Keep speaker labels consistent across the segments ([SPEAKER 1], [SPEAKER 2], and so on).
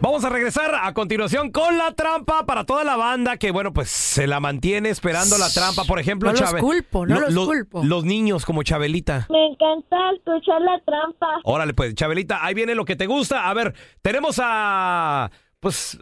[SPEAKER 1] Vamos a regresar a continuación con la trampa para toda la banda que, bueno, pues se la mantiene esperando la trampa. Por ejemplo,
[SPEAKER 2] No los
[SPEAKER 1] Chabe-
[SPEAKER 2] culpo, no los
[SPEAKER 1] culpo. Los niños como Chabelita.
[SPEAKER 3] Me encanta escuchar la trampa.
[SPEAKER 1] Órale, pues, Chabelita, ahí viene lo que te gusta. A ver, tenemos a. Pues.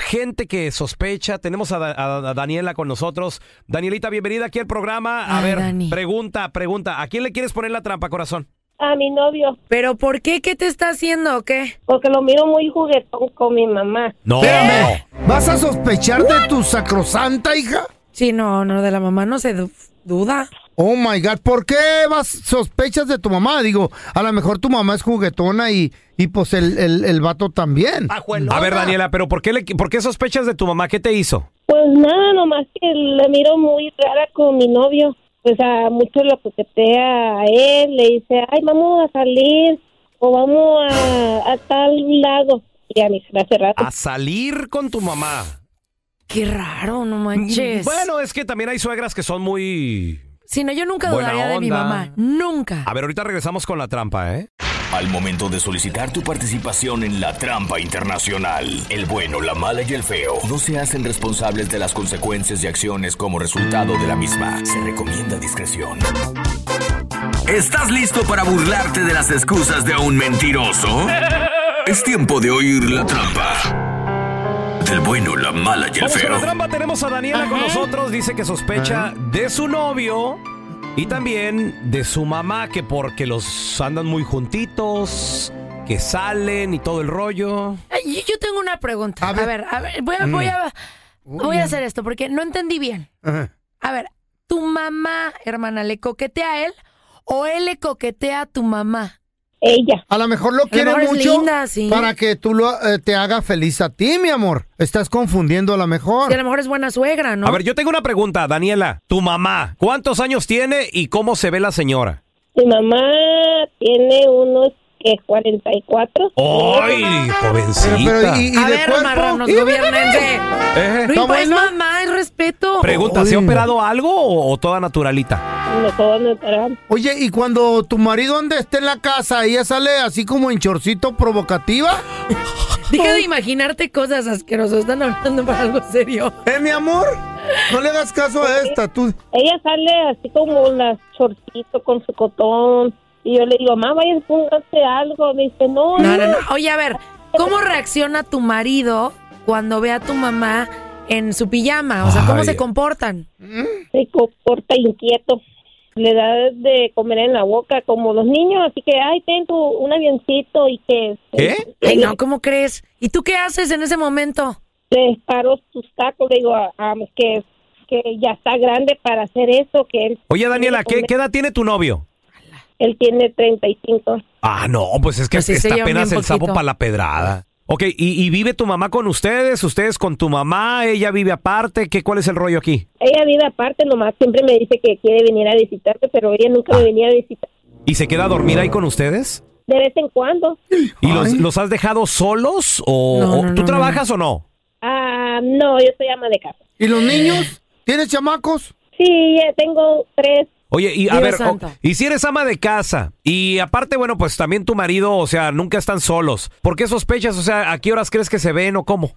[SPEAKER 1] Gente que sospecha, tenemos a, Da- a- a Daniela con nosotros. Danielita, bienvenida aquí al programa. A
[SPEAKER 2] Ay,
[SPEAKER 1] ver,
[SPEAKER 2] Dani.
[SPEAKER 1] pregunta, pregunta. ¿A quién le quieres poner la trampa, corazón?
[SPEAKER 3] A mi novio,
[SPEAKER 2] ¿Pero por qué? ¿Qué te está haciendo o qué?
[SPEAKER 3] porque lo miro muy juguetón con mi mamá.
[SPEAKER 1] No.
[SPEAKER 4] Espérame, ¿vas a sospechar de tu sacrosanta hija?
[SPEAKER 2] Sí, no, no, de la mamá no se du- duda.
[SPEAKER 4] Oh my God, ¿por qué vas sospechas de tu mamá? Digo, a lo mejor tu mamá es juguetona y, y pues el, el, el vato también.
[SPEAKER 2] Ah.
[SPEAKER 1] A ver, Daniela, pero ¿por qué, le, ¿por qué sospechas de tu mamá? ¿Qué te hizo?
[SPEAKER 3] Pues nada, nomás que le miro muy rara con mi novio. Pues a mucho lo coquetea a él, le dice, ay, vamos a salir o vamos a, a tal lado. Y a mí se me hace rato.
[SPEAKER 1] A salir con tu mamá.
[SPEAKER 2] Qué raro, no manches.
[SPEAKER 1] Bueno, es que también hay suegras que son muy...
[SPEAKER 2] Si no, yo nunca
[SPEAKER 1] Buena
[SPEAKER 2] dudaría de mi
[SPEAKER 1] onda.
[SPEAKER 2] mamá. Nunca.
[SPEAKER 1] A ver, ahorita regresamos con la trampa, ¿eh?
[SPEAKER 5] Al momento de solicitar tu participación en la trampa internacional, el bueno, la mala y el feo no se hacen responsables de las consecuencias y acciones como resultado de la misma. Se recomienda discreción. ¿Estás listo para burlarte de las excusas de un mentiroso? Es tiempo de oír la trampa. Del bueno, la mala y el
[SPEAKER 1] Vamos con
[SPEAKER 5] feo.
[SPEAKER 1] la trampa, tenemos a Daniela con
[SPEAKER 2] Ajá.
[SPEAKER 1] nosotros, dice que sospecha de su novio y también de su mamá, que porque los andan muy juntitos, que salen y todo el rollo.
[SPEAKER 2] Ay, Yo, yo tengo una pregunta. A
[SPEAKER 4] ver. Mm.
[SPEAKER 2] ver, a ver, voy, a, voy, a, voy a hacer esto porque no entendí bien.
[SPEAKER 4] Ajá.
[SPEAKER 2] A ver, ¿tu mamá, hermana, le coquetea a él o él le coquetea a tu mamá?
[SPEAKER 3] Ella.
[SPEAKER 4] A lo mejor lo quiere
[SPEAKER 2] mejor es
[SPEAKER 4] mucho
[SPEAKER 2] linda, sí.
[SPEAKER 4] para que tú lo, eh, te haga feliz a ti, mi amor. Estás confundiendo a
[SPEAKER 2] Que
[SPEAKER 4] lo
[SPEAKER 2] a
[SPEAKER 4] mejor.
[SPEAKER 2] lo mejor es buena suegra, ¿no?
[SPEAKER 1] A ver, yo tengo una pregunta, Daniela. Tu mamá, ¿cuántos años tiene y cómo se ve la señora?
[SPEAKER 3] Mi mamá tiene unos que 44.
[SPEAKER 4] Oh,
[SPEAKER 1] ¡Ay,
[SPEAKER 4] Pero,
[SPEAKER 1] jovencita!
[SPEAKER 4] pero, ¿y, y
[SPEAKER 2] a
[SPEAKER 4] de
[SPEAKER 2] ver,
[SPEAKER 4] cuerpo?
[SPEAKER 2] marranos,
[SPEAKER 4] Y-
[SPEAKER 2] gobiernense.
[SPEAKER 1] ¿Eh?
[SPEAKER 2] Luis,
[SPEAKER 4] ¿Está
[SPEAKER 2] pues
[SPEAKER 4] buena?
[SPEAKER 2] mamá, el respeto.
[SPEAKER 1] Pregunta, ¿se ha
[SPEAKER 4] Uy.
[SPEAKER 1] operado algo o- o toda naturalita?
[SPEAKER 3] Nosotros nos paramos.
[SPEAKER 4] Oye, ¿y cuando tu marido anda esté en la casa, ella sale así como en chorcito provocativa?
[SPEAKER 2] Deja de imaginarte cosas asquerosas. Están hablando para algo serio.
[SPEAKER 4] ¿Eh, mi amor? No le hagas caso a esta, tú.
[SPEAKER 3] Ella sale así como las chorcito con su cotón. Y yo le digo, mamá, vaya, póngase algo. Me dice, no,
[SPEAKER 2] No, no, no. Oye, a ver, ¿cómo reacciona tu marido cuando ve a tu mamá en su pijama? O sea, ¿cómo
[SPEAKER 1] Ay.
[SPEAKER 2] se comportan?
[SPEAKER 3] se comporta inquieto. Le da de comer en la boca como los niños, así que, ay, tengo un avioncito y que
[SPEAKER 1] ¿Qué?
[SPEAKER 2] Ay, no, ¿cómo crees? ¿Y tú qué haces en ese momento?
[SPEAKER 3] le paro sus tacos. Le digo, "Ah, ah, que, que ya está grande para hacer eso, que él
[SPEAKER 1] Oye, Daniela, ¿qué, qué edad tiene tu novio?
[SPEAKER 3] Él tiene 35.
[SPEAKER 1] Ah, no, pues es que
[SPEAKER 2] Pues sí se
[SPEAKER 1] está
[SPEAKER 2] llevan
[SPEAKER 1] apenas
[SPEAKER 2] bien
[SPEAKER 1] el sapo
[SPEAKER 2] poquito.
[SPEAKER 1] para la pedrada. Ok, y, y vive tu mamá con ustedes? ¿Ustedes con tu mamá? ¿Ella vive aparte? ¿Qué, ¿Cuál es el rollo aquí?
[SPEAKER 3] Ella vive aparte nomás, siempre me dice que quiere venir a visitarme, pero ella nunca me venía a visitar.
[SPEAKER 1] ¿Y se queda a dormir ahí con ustedes?
[SPEAKER 3] De vez en cuando.
[SPEAKER 1] ¿Y los, los has dejado solos? ¿O,
[SPEAKER 2] No,
[SPEAKER 1] o-
[SPEAKER 2] no,
[SPEAKER 1] tú
[SPEAKER 2] no,
[SPEAKER 1] trabajas o no?
[SPEAKER 3] Ah, no, yo soy ama de casa.
[SPEAKER 4] ¿Y los niños? ¿Tienes chamacos?
[SPEAKER 3] Sí, ya tengo tres.
[SPEAKER 1] Oye, y a
[SPEAKER 2] Dios
[SPEAKER 1] ver, o-
[SPEAKER 2] santo.
[SPEAKER 1] y si eres ama de casa, y aparte, bueno, pues también tu marido, o sea, nunca están solos. ¿Por qué sospechas? O sea, ¿a qué horas crees que se ven o cómo?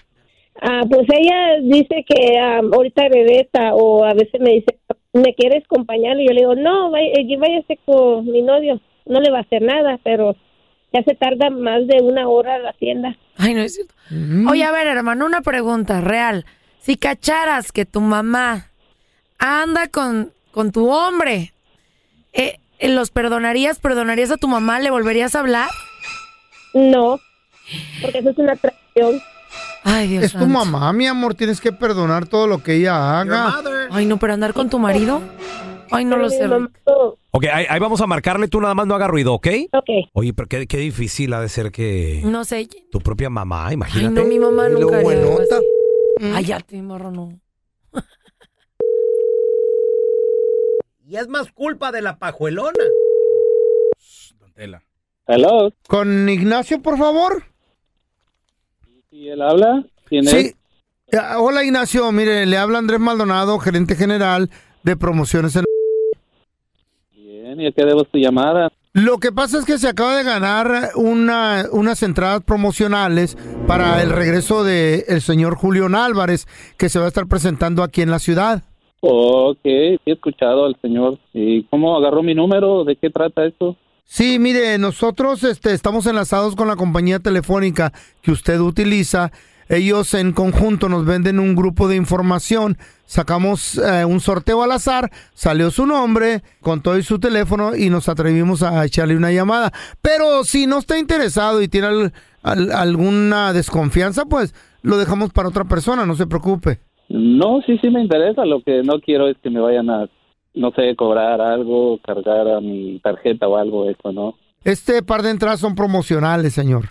[SPEAKER 3] Ah, pues ella dice que ah, ahorita regresa o a veces me dice, ¿me quieres acompañar? Y yo le digo, no, vay- eh, váyase con mi novio, no le va a hacer nada, pero ya se tarda más de una hora a la hacienda.
[SPEAKER 2] Ay, no es cierto. Oye, a ver, hermano, una pregunta real. Si cacharas que tu mamá anda con, con tu hombre, eh, eh, ¿los perdonarías? ¿Perdonarías a tu mamá? ¿Le volverías a hablar?
[SPEAKER 3] No, porque eso es una traición.
[SPEAKER 2] Ay, Dios
[SPEAKER 4] Es tu
[SPEAKER 2] santo.
[SPEAKER 4] mamá, mi amor. Tienes que perdonar todo lo que ella haga.
[SPEAKER 2] Ay, no, pero andar con tu marido. Ay, no lo sé.
[SPEAKER 3] Mi mamá,
[SPEAKER 2] Rick.
[SPEAKER 3] no.
[SPEAKER 1] Ok, ahí, ahí vamos a marcarle, tú nada más no haga ruido, ¿ok?
[SPEAKER 3] Ok.
[SPEAKER 1] Oye, pero qué, qué difícil ha de ser que
[SPEAKER 2] No sé.
[SPEAKER 1] tu propia mamá,
[SPEAKER 2] Ay,
[SPEAKER 1] imagínate.
[SPEAKER 2] no, mi mamá
[SPEAKER 4] Y lo
[SPEAKER 2] nunca haría algo
[SPEAKER 4] buenota.
[SPEAKER 2] así.
[SPEAKER 4] Mm.
[SPEAKER 2] Ay, ya te morro, no.
[SPEAKER 1] Y es más culpa de la pajuelona.
[SPEAKER 6] Hello,
[SPEAKER 4] Con Ignacio, por favor.
[SPEAKER 6] ¿y él habla? ¿Quién es?
[SPEAKER 4] Sí. Eh, Hola Ignacio, mire, le habla Andrés Maldonado, gerente general de promociones. en-
[SPEAKER 6] Bien, ¿y a qué debo tu llamada?
[SPEAKER 4] Lo que pasa es que se acaba de ganar una, unas entradas promocionales para el regreso de el señor Julián Álvarez, que se va a estar presentando aquí en la ciudad.
[SPEAKER 6] Ok, sí he escuchado al señor. ¿Y cómo agarró mi número? ¿De qué trata esto?
[SPEAKER 4] Sí, mire, nosotros este, estamos enlazados con la compañía telefónica que usted utiliza. Ellos en conjunto nos venden un grupo de información. Sacamos eh, un sorteo al azar, salió su nombre, contó y su teléfono y nos atrevimos a echarle una llamada. Pero si no está interesado y tiene al- al- alguna desconfianza, pues lo dejamos para otra persona, no se preocupe.
[SPEAKER 6] No, sí, sí me interesa. Lo que no quiero es que me vayan a, no sé, cobrar algo, cargar a mi tarjeta o algo, eso, ¿no?
[SPEAKER 4] Este par de entradas son promocionales, señor.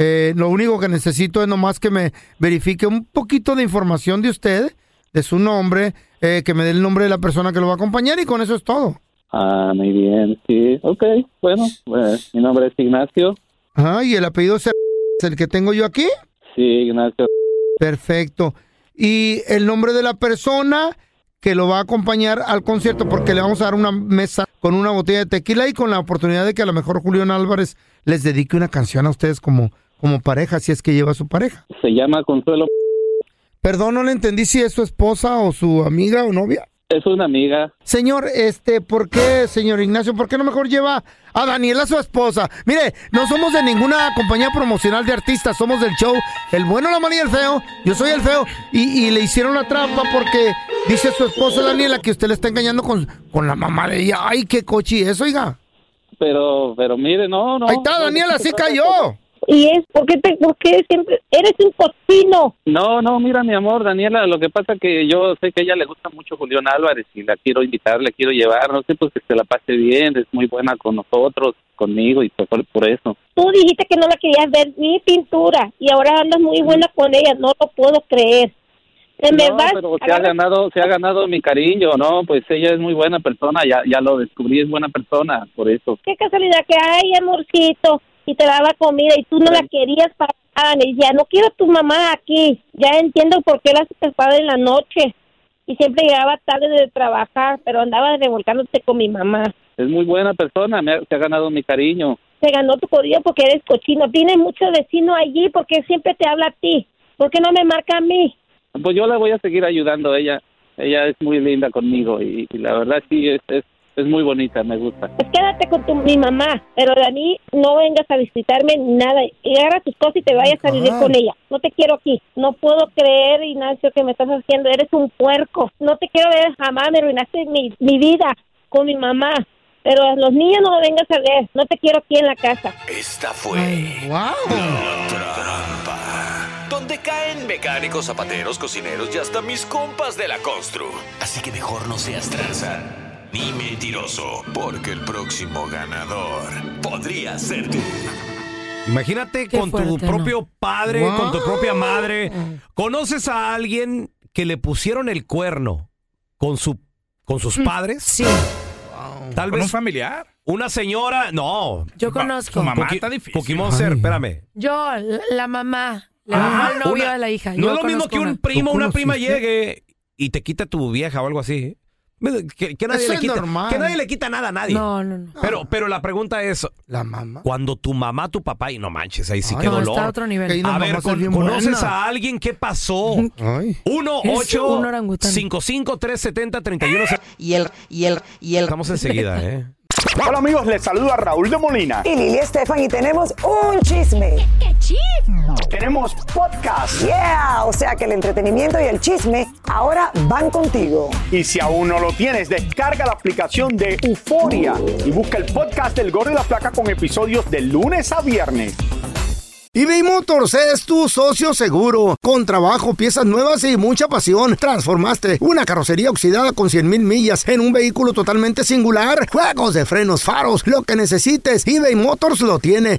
[SPEAKER 4] Eh, lo único que necesito es nomás que me verifique un poquito de información de usted, de su nombre, eh, que me dé el nombre de la persona que lo va a acompañar y con eso es todo.
[SPEAKER 6] Ah, muy bien, sí. Ok, bueno, eh, mi nombre es Ignacio.
[SPEAKER 4] Ajá, Ah, y el apellido es el que tengo yo aquí.
[SPEAKER 6] Sí, Ignacio.
[SPEAKER 4] Perfecto. Y el nombre de la persona que lo va a acompañar al concierto, porque le vamos a dar una mesa con una botella de tequila y con la oportunidad de que a lo mejor Julián Álvarez les dedique una canción a ustedes como, como pareja, si es que lleva a su pareja.
[SPEAKER 6] Se llama Consuelo.
[SPEAKER 4] Perdón, no le entendí si es su esposa o su amiga o novia.
[SPEAKER 6] Es una amiga.
[SPEAKER 4] Señor, este, ¿por qué, señor Ignacio? ¿Por qué no mejor lleva a Daniela su esposa? Mire, no somos de ninguna compañía promocional de artistas, somos del show El Bueno, la Mala y el Feo. Yo soy el Feo y, y le hicieron la trampa porque dice su esposa Daniela que usted le está engañando con, con la mamá de ella. Ay, qué cochi eso, oiga.
[SPEAKER 6] Pero, pero mire, no, no.
[SPEAKER 4] Ahí está, Daniela, así cayó.
[SPEAKER 3] Y es, ¿por qué, te, por qué siempre eres un cochino?
[SPEAKER 6] No, no, mira, mi amor, Daniela, lo que pasa que yo sé que a ella le gusta mucho Julián Álvarez y la quiero invitar, la quiero llevar, no sé, pues que se la pase bien, es muy buena con nosotros, conmigo y por, por eso.
[SPEAKER 3] Tú dijiste que no la querías ver ni pintura y ahora andas muy buena con ella, no lo puedo creer. Te me
[SPEAKER 6] no,
[SPEAKER 3] vas,
[SPEAKER 6] pero se ha
[SPEAKER 3] agarras-
[SPEAKER 6] ganado, se ha ganado mi cariño, ¿no? Pues ella es muy buena persona, ya, ya lo descubrí, es buena persona, por eso.
[SPEAKER 3] qué casualidad que ay amorcito y te daba comida y tú no la querías para nada, me decía, no quiero a tu mamá aquí, ya entiendo por qué la haces pesada en la noche y siempre llegaba tarde de trabajar, pero andaba revolcándote con mi mamá.
[SPEAKER 6] Es muy buena persona, me ha- se ha ganado mi cariño.
[SPEAKER 3] Se ganó tu corrido porque eres cochino, tienes muchos vecinos allí porque siempre te habla a ti, ¿por qué no me marca a mí?
[SPEAKER 6] Pues yo la voy a seguir ayudando, ella, ella es muy linda conmigo y, y la verdad sí, es, es, es muy bonita, me gusta.
[SPEAKER 3] Pues quédate con tu, mi mamá, pero de mí no vengas a visitarme ni nada. Y agarra tus cosas y te vayas a vivir con ella. No te quiero aquí. No puedo creer, Ignacio, que me estás haciendo. Eres un puerco. No te quiero ver jamás. Me arruinaste mi, mi vida con mi mamá. Pero a los niños no me vengas a ver. No te quiero aquí en la casa.
[SPEAKER 5] Esta fue
[SPEAKER 4] ¡Wow!
[SPEAKER 5] trampa. Donde caen mecánicos, zapateros, cocineros y hasta mis compas de la constru. Así que mejor no seas tranza
[SPEAKER 7] ni mentiroso, porque el próximo ganador podría ser tú.
[SPEAKER 1] Imagínate
[SPEAKER 7] Qué
[SPEAKER 1] con tu
[SPEAKER 7] fuerte, ¿no?
[SPEAKER 1] propio padre, con tu propia
[SPEAKER 7] Wow.
[SPEAKER 1] madre. ¿Conoces a alguien que le pusieron el cuerno con su con
[SPEAKER 2] Mm,
[SPEAKER 1] sus padres? Sí. Tal
[SPEAKER 8] ¿Con
[SPEAKER 1] vez
[SPEAKER 8] un familiar?
[SPEAKER 1] Una señora, no.
[SPEAKER 2] Yo conozco.
[SPEAKER 1] Su
[SPEAKER 2] mamá
[SPEAKER 8] está
[SPEAKER 1] difícil. Pokémonster, espérame.
[SPEAKER 2] Yo, la, la mamá, le
[SPEAKER 1] Ajá,
[SPEAKER 2] mamá al novio
[SPEAKER 1] Ah, una-
[SPEAKER 2] de la hija.
[SPEAKER 1] No
[SPEAKER 2] Ah, Yo
[SPEAKER 1] es lo mismo
[SPEAKER 2] conozco
[SPEAKER 1] que un
[SPEAKER 2] una.
[SPEAKER 1] primo, una prima llegue y te quita tu vieja o algo así. Que, que nadie
[SPEAKER 2] Eso
[SPEAKER 1] le
[SPEAKER 2] es
[SPEAKER 1] quita,
[SPEAKER 2] normal.
[SPEAKER 1] que nadie le quita nada a nadie.
[SPEAKER 2] No, no, no.
[SPEAKER 1] Pero, pero la pregunta es,
[SPEAKER 4] la mamá.
[SPEAKER 1] Cuando tu mamá, tu papá, y no manches, ahí sí
[SPEAKER 2] Ay,
[SPEAKER 1] que
[SPEAKER 2] Ah, no,
[SPEAKER 1] dolor.
[SPEAKER 2] está a otro nivel. Ahí la
[SPEAKER 1] A
[SPEAKER 2] mamá
[SPEAKER 1] ver,
[SPEAKER 2] es
[SPEAKER 1] con-
[SPEAKER 2] bien
[SPEAKER 1] ¿conoces
[SPEAKER 2] buena.
[SPEAKER 1] a alguien qué pasó? 1
[SPEAKER 2] Es
[SPEAKER 1] 8
[SPEAKER 2] un orangután.
[SPEAKER 1] 55 370 31 Y el, y el, y el. Estamos enseguida, ¿eh?
[SPEAKER 9] Hola amigos, les saluda Raúl de Molina.
[SPEAKER 10] Y Lili Estefan, y tenemos un chisme. ¿Qué, chisme?
[SPEAKER 9] Tenemos podcast.
[SPEAKER 10] Yeah, o sea que el entretenimiento y el chisme ahora van contigo.
[SPEAKER 9] Y si aún no lo tienes, descarga la aplicación de Euforia y busca el podcast del Gordo y la Placa con episodios de lunes a viernes.
[SPEAKER 4] eBay Motors es tu socio seguro. Con trabajo, piezas nuevas y mucha pasión, transformaste una carrocería oxidada con 100 mil millas en un vehículo totalmente singular. Juegos de frenos, faros, lo que necesites, eBay Motors lo tiene.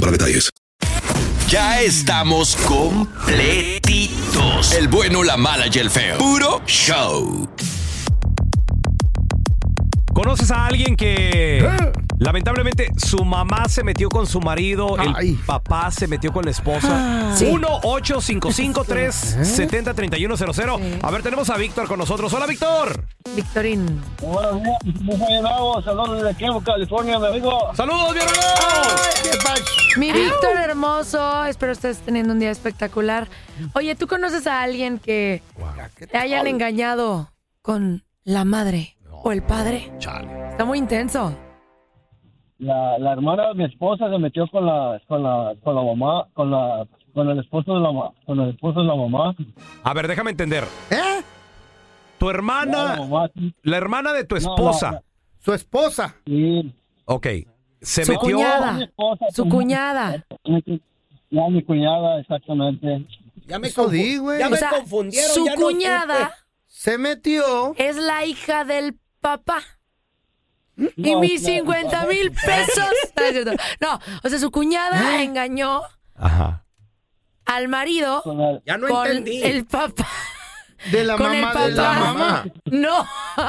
[SPEAKER 11] para detalles.
[SPEAKER 7] Ya estamos completitos. El bueno, la mala y el feo. Puro show.
[SPEAKER 1] ¿Conoces a alguien que
[SPEAKER 4] ¿Eh?
[SPEAKER 1] lamentablemente su mamá se metió con su marido, el papá se metió con la esposa?
[SPEAKER 7] Ah. Sí.
[SPEAKER 1] 1-855-370-3100. A ver, tenemos a Víctor con nosotros. Hola, Víctor.
[SPEAKER 2] Victorín.
[SPEAKER 12] Buenos días, muy buen lado, saludos desde Kevo, California, mi amigo.
[SPEAKER 1] ¡Saludos, bien
[SPEAKER 2] Mi Víctor hermoso, espero estés teniendo un día espectacular. Oye, ¿tú conoces a alguien que te hayan engañado con la madre o el padre? Está muy intenso.
[SPEAKER 12] La, la hermana de mi esposa se metió con la, con la, con la mamá, con la, con el esposo de la ma- con el esposo de la mamá.
[SPEAKER 1] A ver, déjame entender. ¿Eh? Tu hermana, la hermana de tu
[SPEAKER 12] No, no,
[SPEAKER 1] esposa.
[SPEAKER 12] no.
[SPEAKER 1] Su esposa. Ok. Se
[SPEAKER 2] Su
[SPEAKER 1] metió.
[SPEAKER 2] cuñada.
[SPEAKER 12] Mi esposa,
[SPEAKER 2] Su
[SPEAKER 12] con-
[SPEAKER 2] cuñada.
[SPEAKER 12] Ya mi cuñada, exactamente.
[SPEAKER 4] Ya me jodí, güey.
[SPEAKER 2] O sea, Su cuñada
[SPEAKER 4] se metió.
[SPEAKER 2] Es la hija del papá. y
[SPEAKER 4] No,
[SPEAKER 2] mis
[SPEAKER 4] claro,
[SPEAKER 2] 50 mil pesos. No, es cierto. No, o sea, su cuñada engañó
[SPEAKER 1] Ajá.
[SPEAKER 2] al marido
[SPEAKER 12] Con el- Ya no
[SPEAKER 2] con
[SPEAKER 12] entendí.
[SPEAKER 2] el papá.
[SPEAKER 4] De la
[SPEAKER 2] con
[SPEAKER 4] mamá de
[SPEAKER 2] el papá.
[SPEAKER 4] la mamá.
[SPEAKER 2] No. la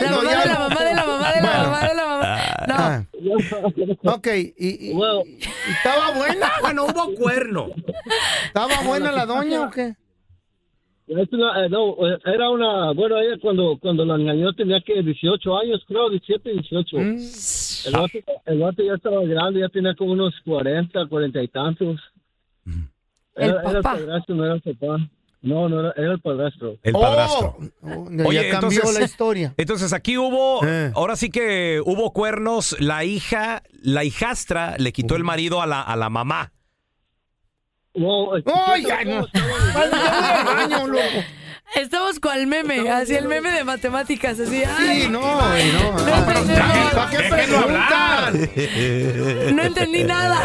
[SPEAKER 4] ¿Eh? no,
[SPEAKER 2] mamá
[SPEAKER 4] ya
[SPEAKER 2] de la
[SPEAKER 4] no.
[SPEAKER 2] mamá de la mamá de la
[SPEAKER 4] Bueno.
[SPEAKER 2] mamá de la mamá. No.
[SPEAKER 4] Ah. Ok, y, y- y- y estaba buena. Bueno, hubo cuerno. ¿Estaba buena la doña o qué?
[SPEAKER 12] Es una- eh, no, eh, era una, bueno, ella cuando, cuando la engañó tenía que 18 años, creo, 17, 18.
[SPEAKER 4] Mm.
[SPEAKER 12] El, vato, el vato ya estaba grande, ya tenía como unos 40, 40 y tantos.
[SPEAKER 4] Mm.
[SPEAKER 7] El
[SPEAKER 12] Era, era el
[SPEAKER 7] papá.
[SPEAKER 12] padrastro, no era el papá. No, no, era, era el padrastro.
[SPEAKER 1] El padrastro.
[SPEAKER 4] Oh. ya cambió la historia. Eh.
[SPEAKER 1] Entonces aquí hubo, ahora sí que hubo cuernos. La hija, la hijastra le quitó el marido a la, a la mamá.
[SPEAKER 12] Wow,
[SPEAKER 4] ¡Ay, ay, no! Cuando yo voy al baño, loco.
[SPEAKER 2] Estamos con el meme, así el meme de matemáticas, así.
[SPEAKER 4] Sí, no, güey, no. ah, ¿Para qué preguntan?
[SPEAKER 2] No entendí nada.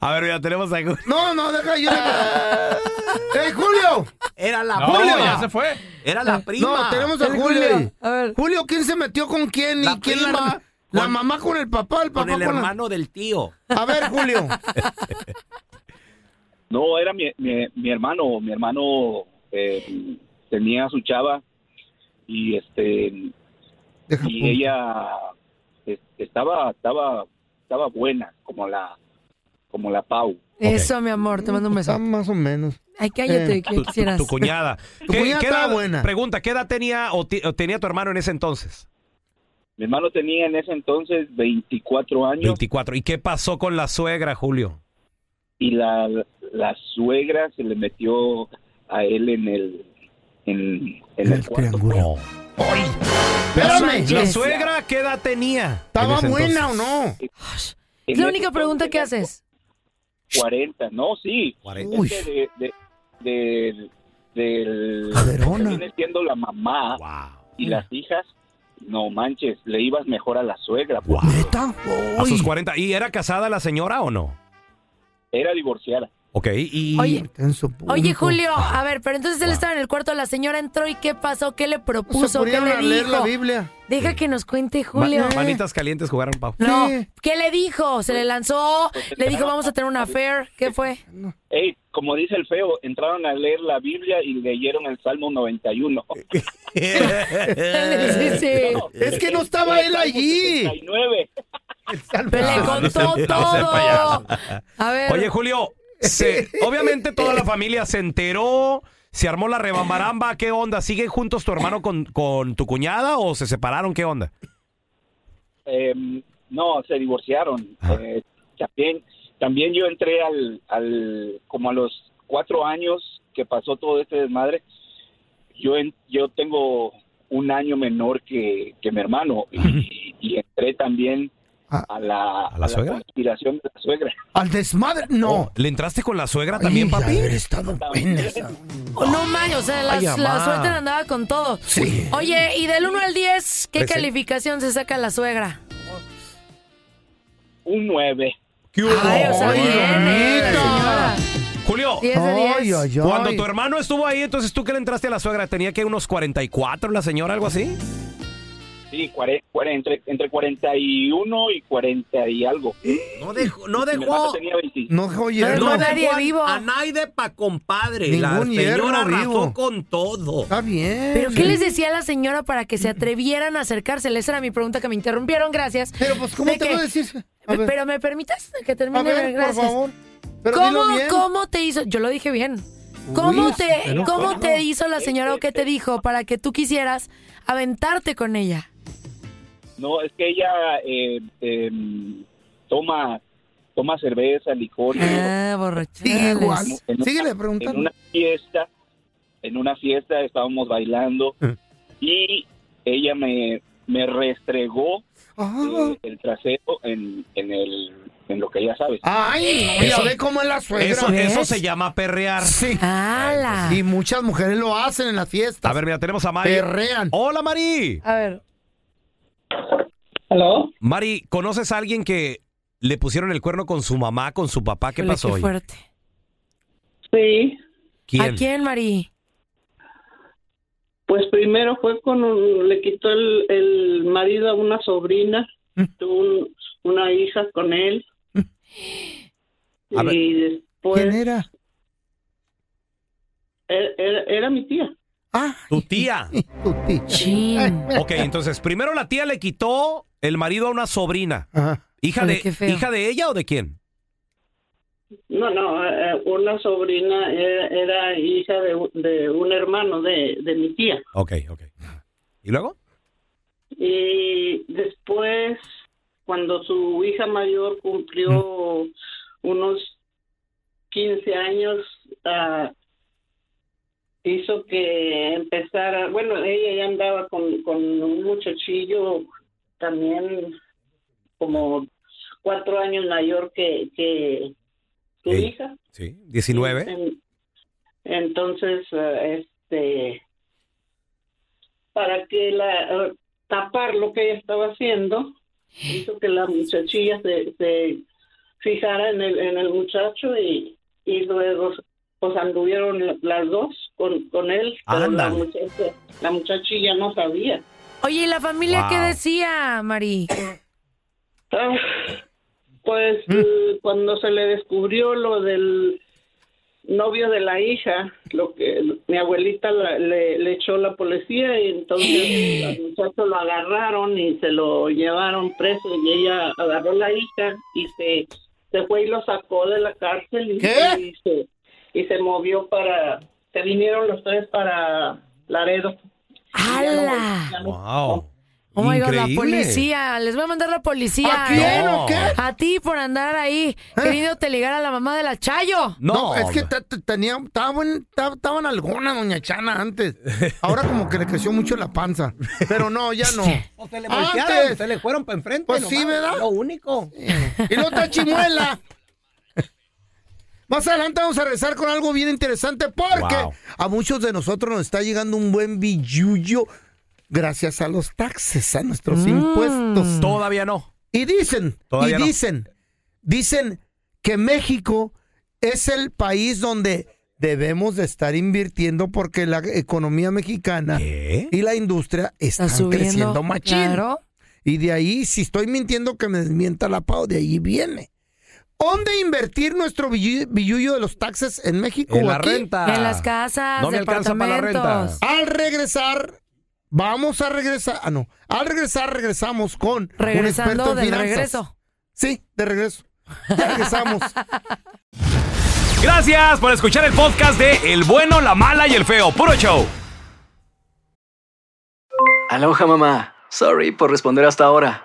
[SPEAKER 1] A ver, ya tenemos a Julio.
[SPEAKER 4] No, no, deja yo. ¡Ey, ¡Eh, Julio!
[SPEAKER 8] Era la
[SPEAKER 4] No,
[SPEAKER 8] prima.
[SPEAKER 4] ya se fue.
[SPEAKER 8] Era la prima.
[SPEAKER 4] No, tenemos a
[SPEAKER 8] El
[SPEAKER 4] Julio. ahí. Julio, ¿quién se metió con quién? ¿Y quién
[SPEAKER 8] prima
[SPEAKER 4] iba? La mamá con el papá, el papá
[SPEAKER 8] Con
[SPEAKER 4] con
[SPEAKER 8] el
[SPEAKER 4] la-
[SPEAKER 8] hermano del tío.
[SPEAKER 4] A ver, Julio.
[SPEAKER 13] No, era mi, mi, mi hermano. Mi hermano eh, tenía su chava y este y ella es- estaba estaba estaba buena como la como la Pau.
[SPEAKER 2] Eso, mi amor, te mando un beso.
[SPEAKER 4] Ah, Más o menos.
[SPEAKER 2] Ay, cállate,
[SPEAKER 1] Eh,
[SPEAKER 2] que
[SPEAKER 1] tu, tu-
[SPEAKER 2] quisieras.
[SPEAKER 1] tu cuñada.
[SPEAKER 4] Tu cuñada estaba buena.
[SPEAKER 1] Pregunta, ¿qué edad tenía o, ti- o tenía tu hermano en ese entonces?
[SPEAKER 13] Mi hermano tenía en ese entonces 24 años
[SPEAKER 1] 24. ¿Y qué pasó con la suegra, Julio?
[SPEAKER 13] y la, la suegra se le metió a él en el en, en el cuarto.
[SPEAKER 1] La,
[SPEAKER 13] Espérame.
[SPEAKER 1] sue- la suegra, ¿qué edad tenía?
[SPEAKER 13] ¿Estaba buena
[SPEAKER 4] o no?
[SPEAKER 2] Es la única pregunta que haces.
[SPEAKER 13] 40, no, sí.
[SPEAKER 2] Uy.
[SPEAKER 13] Es que de, de, del- del-
[SPEAKER 4] Caderona.
[SPEAKER 13] que viene siendo la mamá y las hijas, no manches, le ibas mejor a la suegra. porque
[SPEAKER 1] A sus 40. Pues ¿Y era casada la señora o no?
[SPEAKER 13] Era divorciada.
[SPEAKER 1] Ok, y...
[SPEAKER 2] Oye. Oye, Julio, a ver, pero entonces él
[SPEAKER 1] Wow.
[SPEAKER 2] estaba en el cuarto, la señora entró y ¿qué pasó? ¿Qué le
[SPEAKER 4] Se
[SPEAKER 2] propuso? ¿Qué
[SPEAKER 4] ponían
[SPEAKER 2] le
[SPEAKER 4] a
[SPEAKER 2] dijo?
[SPEAKER 4] leer la Biblia.
[SPEAKER 2] Deja que nos cuente,
[SPEAKER 1] Ma-
[SPEAKER 2] Julio.
[SPEAKER 1] Manitas calientes jugaron, Pau.
[SPEAKER 2] No, ¿qué le dijo? ¿Se le lanzó? ¿Le dijo vamos a tener una affair? ¿Qué fue?
[SPEAKER 13] Ey, como dice el feo, entraron a leer la Biblia y leyeron el Salmo 91.
[SPEAKER 2] Sí, sí.
[SPEAKER 4] Es que no estaba él allí.
[SPEAKER 2] Le contó todo. A ver.
[SPEAKER 1] Oye, Julio, se- obviamente toda la familia se enteró, se armó la rebambaramba, ¿qué onda? ¿Siguen juntos tu hermano con, con tu cuñada o se separaron? ¿Qué onda?
[SPEAKER 13] Eh, no, se divorciaron. Eh, también, también yo entré al, al, como a los cuatro años que pasó todo este desmadre. Yo, en- yo tengo un año menor que, que mi hermano y, y entré también a la,
[SPEAKER 1] la suegra?
[SPEAKER 13] conspiración de la suegra.
[SPEAKER 4] Al desmadre, no.
[SPEAKER 1] Oh, ¿Le entraste con la suegra también, papi?
[SPEAKER 2] Oh, no manches, o sea, la,
[SPEAKER 1] Ay,
[SPEAKER 2] la
[SPEAKER 1] mamá.
[SPEAKER 2] suerte andaba con todo. Oye, y del 1 al 10,
[SPEAKER 4] Pues
[SPEAKER 2] ¿qué
[SPEAKER 1] Presen-
[SPEAKER 2] calificación se saca la suegra?
[SPEAKER 13] Un nueve.
[SPEAKER 2] Ay, o sea, bien, eh, la señora.
[SPEAKER 1] Julio,
[SPEAKER 2] Diez de diez. Ay, ay, ay.
[SPEAKER 1] cuando tu hermano estuvo ahí, entonces tú que le entraste a la suegra, tenía que unos 44 la señora, algo así.
[SPEAKER 13] Sí, cuare- cuare- entre, entre 41 y 40 y algo.
[SPEAKER 8] No dejó, no
[SPEAKER 13] Mi
[SPEAKER 8] dejó.
[SPEAKER 13] hermano tenía 20.
[SPEAKER 4] No dejó hierro.
[SPEAKER 8] No
[SPEAKER 4] nadie
[SPEAKER 8] dejó a,
[SPEAKER 4] vivo.
[SPEAKER 8] a nadie pa compadre. la
[SPEAKER 4] Ningún hierro
[SPEAKER 8] señora arrasó
[SPEAKER 4] vivo.
[SPEAKER 8] con todo.
[SPEAKER 4] Está bien.
[SPEAKER 2] ¿Pero qué
[SPEAKER 4] Sí.
[SPEAKER 2] les decía la señora para que se atrevieran a acercársele? Esa era mi pregunta que me interrumpieron, gracias. Pero pues,
[SPEAKER 4] ¿Cómo te voy a decir? A ver.
[SPEAKER 2] Pero me permitas que
[SPEAKER 4] A
[SPEAKER 2] termine,
[SPEAKER 4] ver, por
[SPEAKER 2] gracias.
[SPEAKER 4] favor. Pero
[SPEAKER 2] ¿Cómo,
[SPEAKER 4] dilo bien.
[SPEAKER 2] ¿Cómo te hizo? Yo lo dije bien. ¿Cómo
[SPEAKER 4] Uy,
[SPEAKER 2] te,
[SPEAKER 4] pero-
[SPEAKER 2] ¿cómo te hizo la señora o qué te dijo para que tú quisieras aventarte con ella?
[SPEAKER 13] No, es que ella eh, em, toma toma cerveza, licor. y
[SPEAKER 2] Ah, borrachales.
[SPEAKER 13] igual. Síguele
[SPEAKER 4] preguntando.
[SPEAKER 13] En una fiesta, en una fiesta estábamos bailando
[SPEAKER 4] Ah.
[SPEAKER 13] y ella me, me restregó
[SPEAKER 4] Ah.
[SPEAKER 13] eh, el trasero en, en, el, en lo que ya sabes.
[SPEAKER 4] Ay, no, ya ve cómo es la suegra.
[SPEAKER 1] Eso, eso se llama perrear. pues
[SPEAKER 4] Sí. Y muchas mujeres lo hacen en las fiestas.
[SPEAKER 1] A ver, mira, tenemos a Mari.
[SPEAKER 4] Perrean.
[SPEAKER 1] Hola, Mari.
[SPEAKER 2] A ver.
[SPEAKER 14] ¿Aló?
[SPEAKER 1] Mari, ¿conoces a alguien que le pusieron el cuerno con su mamá, con su papá? ¿Qué
[SPEAKER 2] Híjole,
[SPEAKER 1] pasó
[SPEAKER 2] qué
[SPEAKER 1] hoy?
[SPEAKER 2] fuerte.
[SPEAKER 14] Sí.
[SPEAKER 1] ¿Quién?
[SPEAKER 2] ¿A quién, Mari?
[SPEAKER 14] Pues primero fue con un- le quitó el, el marido a una sobrina,
[SPEAKER 1] Mm.
[SPEAKER 14] tuvo un- una hija con él.
[SPEAKER 1] Mm. A ver.
[SPEAKER 14] y después
[SPEAKER 4] ¿Quién era?
[SPEAKER 14] Era, era- e, era mi tía.
[SPEAKER 1] Tu tía.
[SPEAKER 2] Chin.
[SPEAKER 1] Ok, entonces, primero la tía le quitó el marido a una sobrina. ¿Hija,
[SPEAKER 14] Híjole,
[SPEAKER 1] de,
[SPEAKER 14] qué feo.
[SPEAKER 1] ¿Hija de ella o de quién?
[SPEAKER 14] No, no, eh, una sobrina era, era hija de, un- de un hermano de, de mi tía.
[SPEAKER 1] Ok, ok. ¿Y luego?
[SPEAKER 14] Y después, cuando su hija mayor cumplió unos 15 años, ah, hizo que empezara, bueno, ella ya andaba con, con un muchachillo también como cuatro años mayor que, que su
[SPEAKER 1] Ey.
[SPEAKER 14] hija.
[SPEAKER 1] Sí, 19.
[SPEAKER 14] En- entonces, eh, este, para que la eh, tapar lo que ella estaba haciendo, hizo que la muchachilla se, se fijara en el, en el muchacho y, y luego pues anduvieron las dos con, con él, pero la
[SPEAKER 2] Ándale.
[SPEAKER 14] muchacha, la muchachilla no sabía.
[SPEAKER 2] Oye, ¿y la familia qué
[SPEAKER 14] Wow.
[SPEAKER 2] decía, Mari?
[SPEAKER 14] Ah, Pues eh, cuando se le descubrió lo del novio de la hija, lo que mi abuelita la- le, le echó la policía y entonces al muchacho lo agarraron y se lo llevaron preso y ella agarró la hija y se, se fue y lo sacó de la cárcel y, y se, y se movió para, se vinieron los tres para Laredo.
[SPEAKER 2] ¡Hala!
[SPEAKER 1] Wow.
[SPEAKER 2] Oh my God, la
[SPEAKER 1] Increíble.
[SPEAKER 2] policía. Les voy a mandar la policía. ¿eh?
[SPEAKER 1] ¿A quién o No. qué? ¿Eh?
[SPEAKER 2] A ti por andar ahí queriéndote ligar a la mamá de la Chayo.
[SPEAKER 4] No, es que ta- ta- tenía, estaba, buen- ta- estaba en alguna doña Chana antes. Ahora como que le creció mucho la panza. Pero no, ya no.
[SPEAKER 8] O se le voltearon,
[SPEAKER 4] Antes.
[SPEAKER 8] se le fueron para enfrente.
[SPEAKER 4] Pues
[SPEAKER 8] nomás,
[SPEAKER 4] sí, ¿verdad?
[SPEAKER 8] Lo único.
[SPEAKER 4] Y la otra chimuela. Más adelante vamos a regresar con algo bien interesante porque
[SPEAKER 1] Wow.
[SPEAKER 4] a muchos de nosotros nos está llegando un buen billullo gracias a los taxes, a nuestros impuestos.
[SPEAKER 1] Todavía no.
[SPEAKER 4] Y dicen,
[SPEAKER 1] Mm. Todavía
[SPEAKER 4] y
[SPEAKER 1] no.
[SPEAKER 4] dicen, dicen que México es el país donde debemos de estar invirtiendo porque la economía mexicana y la industria están
[SPEAKER 2] subiendo,
[SPEAKER 4] creciendo machín.
[SPEAKER 2] claro.
[SPEAKER 4] Y de ahí, si estoy mintiendo, que me desmienta la PAO, de ahí viene. ¿Dónde invertir nuestro billu- billullo de los taxes en México?
[SPEAKER 1] En
[SPEAKER 4] o
[SPEAKER 1] la
[SPEAKER 4] aquí?
[SPEAKER 1] renta. En las
[SPEAKER 2] casas,
[SPEAKER 1] No me alcanza para la renta. departamentos.
[SPEAKER 4] Al regresar, vamos a regresar. Ah, no. Al regresar, regresamos con
[SPEAKER 2] Regresando
[SPEAKER 4] un experto en
[SPEAKER 2] del
[SPEAKER 4] finanzas.
[SPEAKER 2] regreso.
[SPEAKER 4] Sí, de regreso. Ya regresamos.
[SPEAKER 1] Gracias por escuchar el podcast de El bueno, la mala y el feo. Puro show.
[SPEAKER 15] Aloha mamá. Sorry por responder hasta ahora.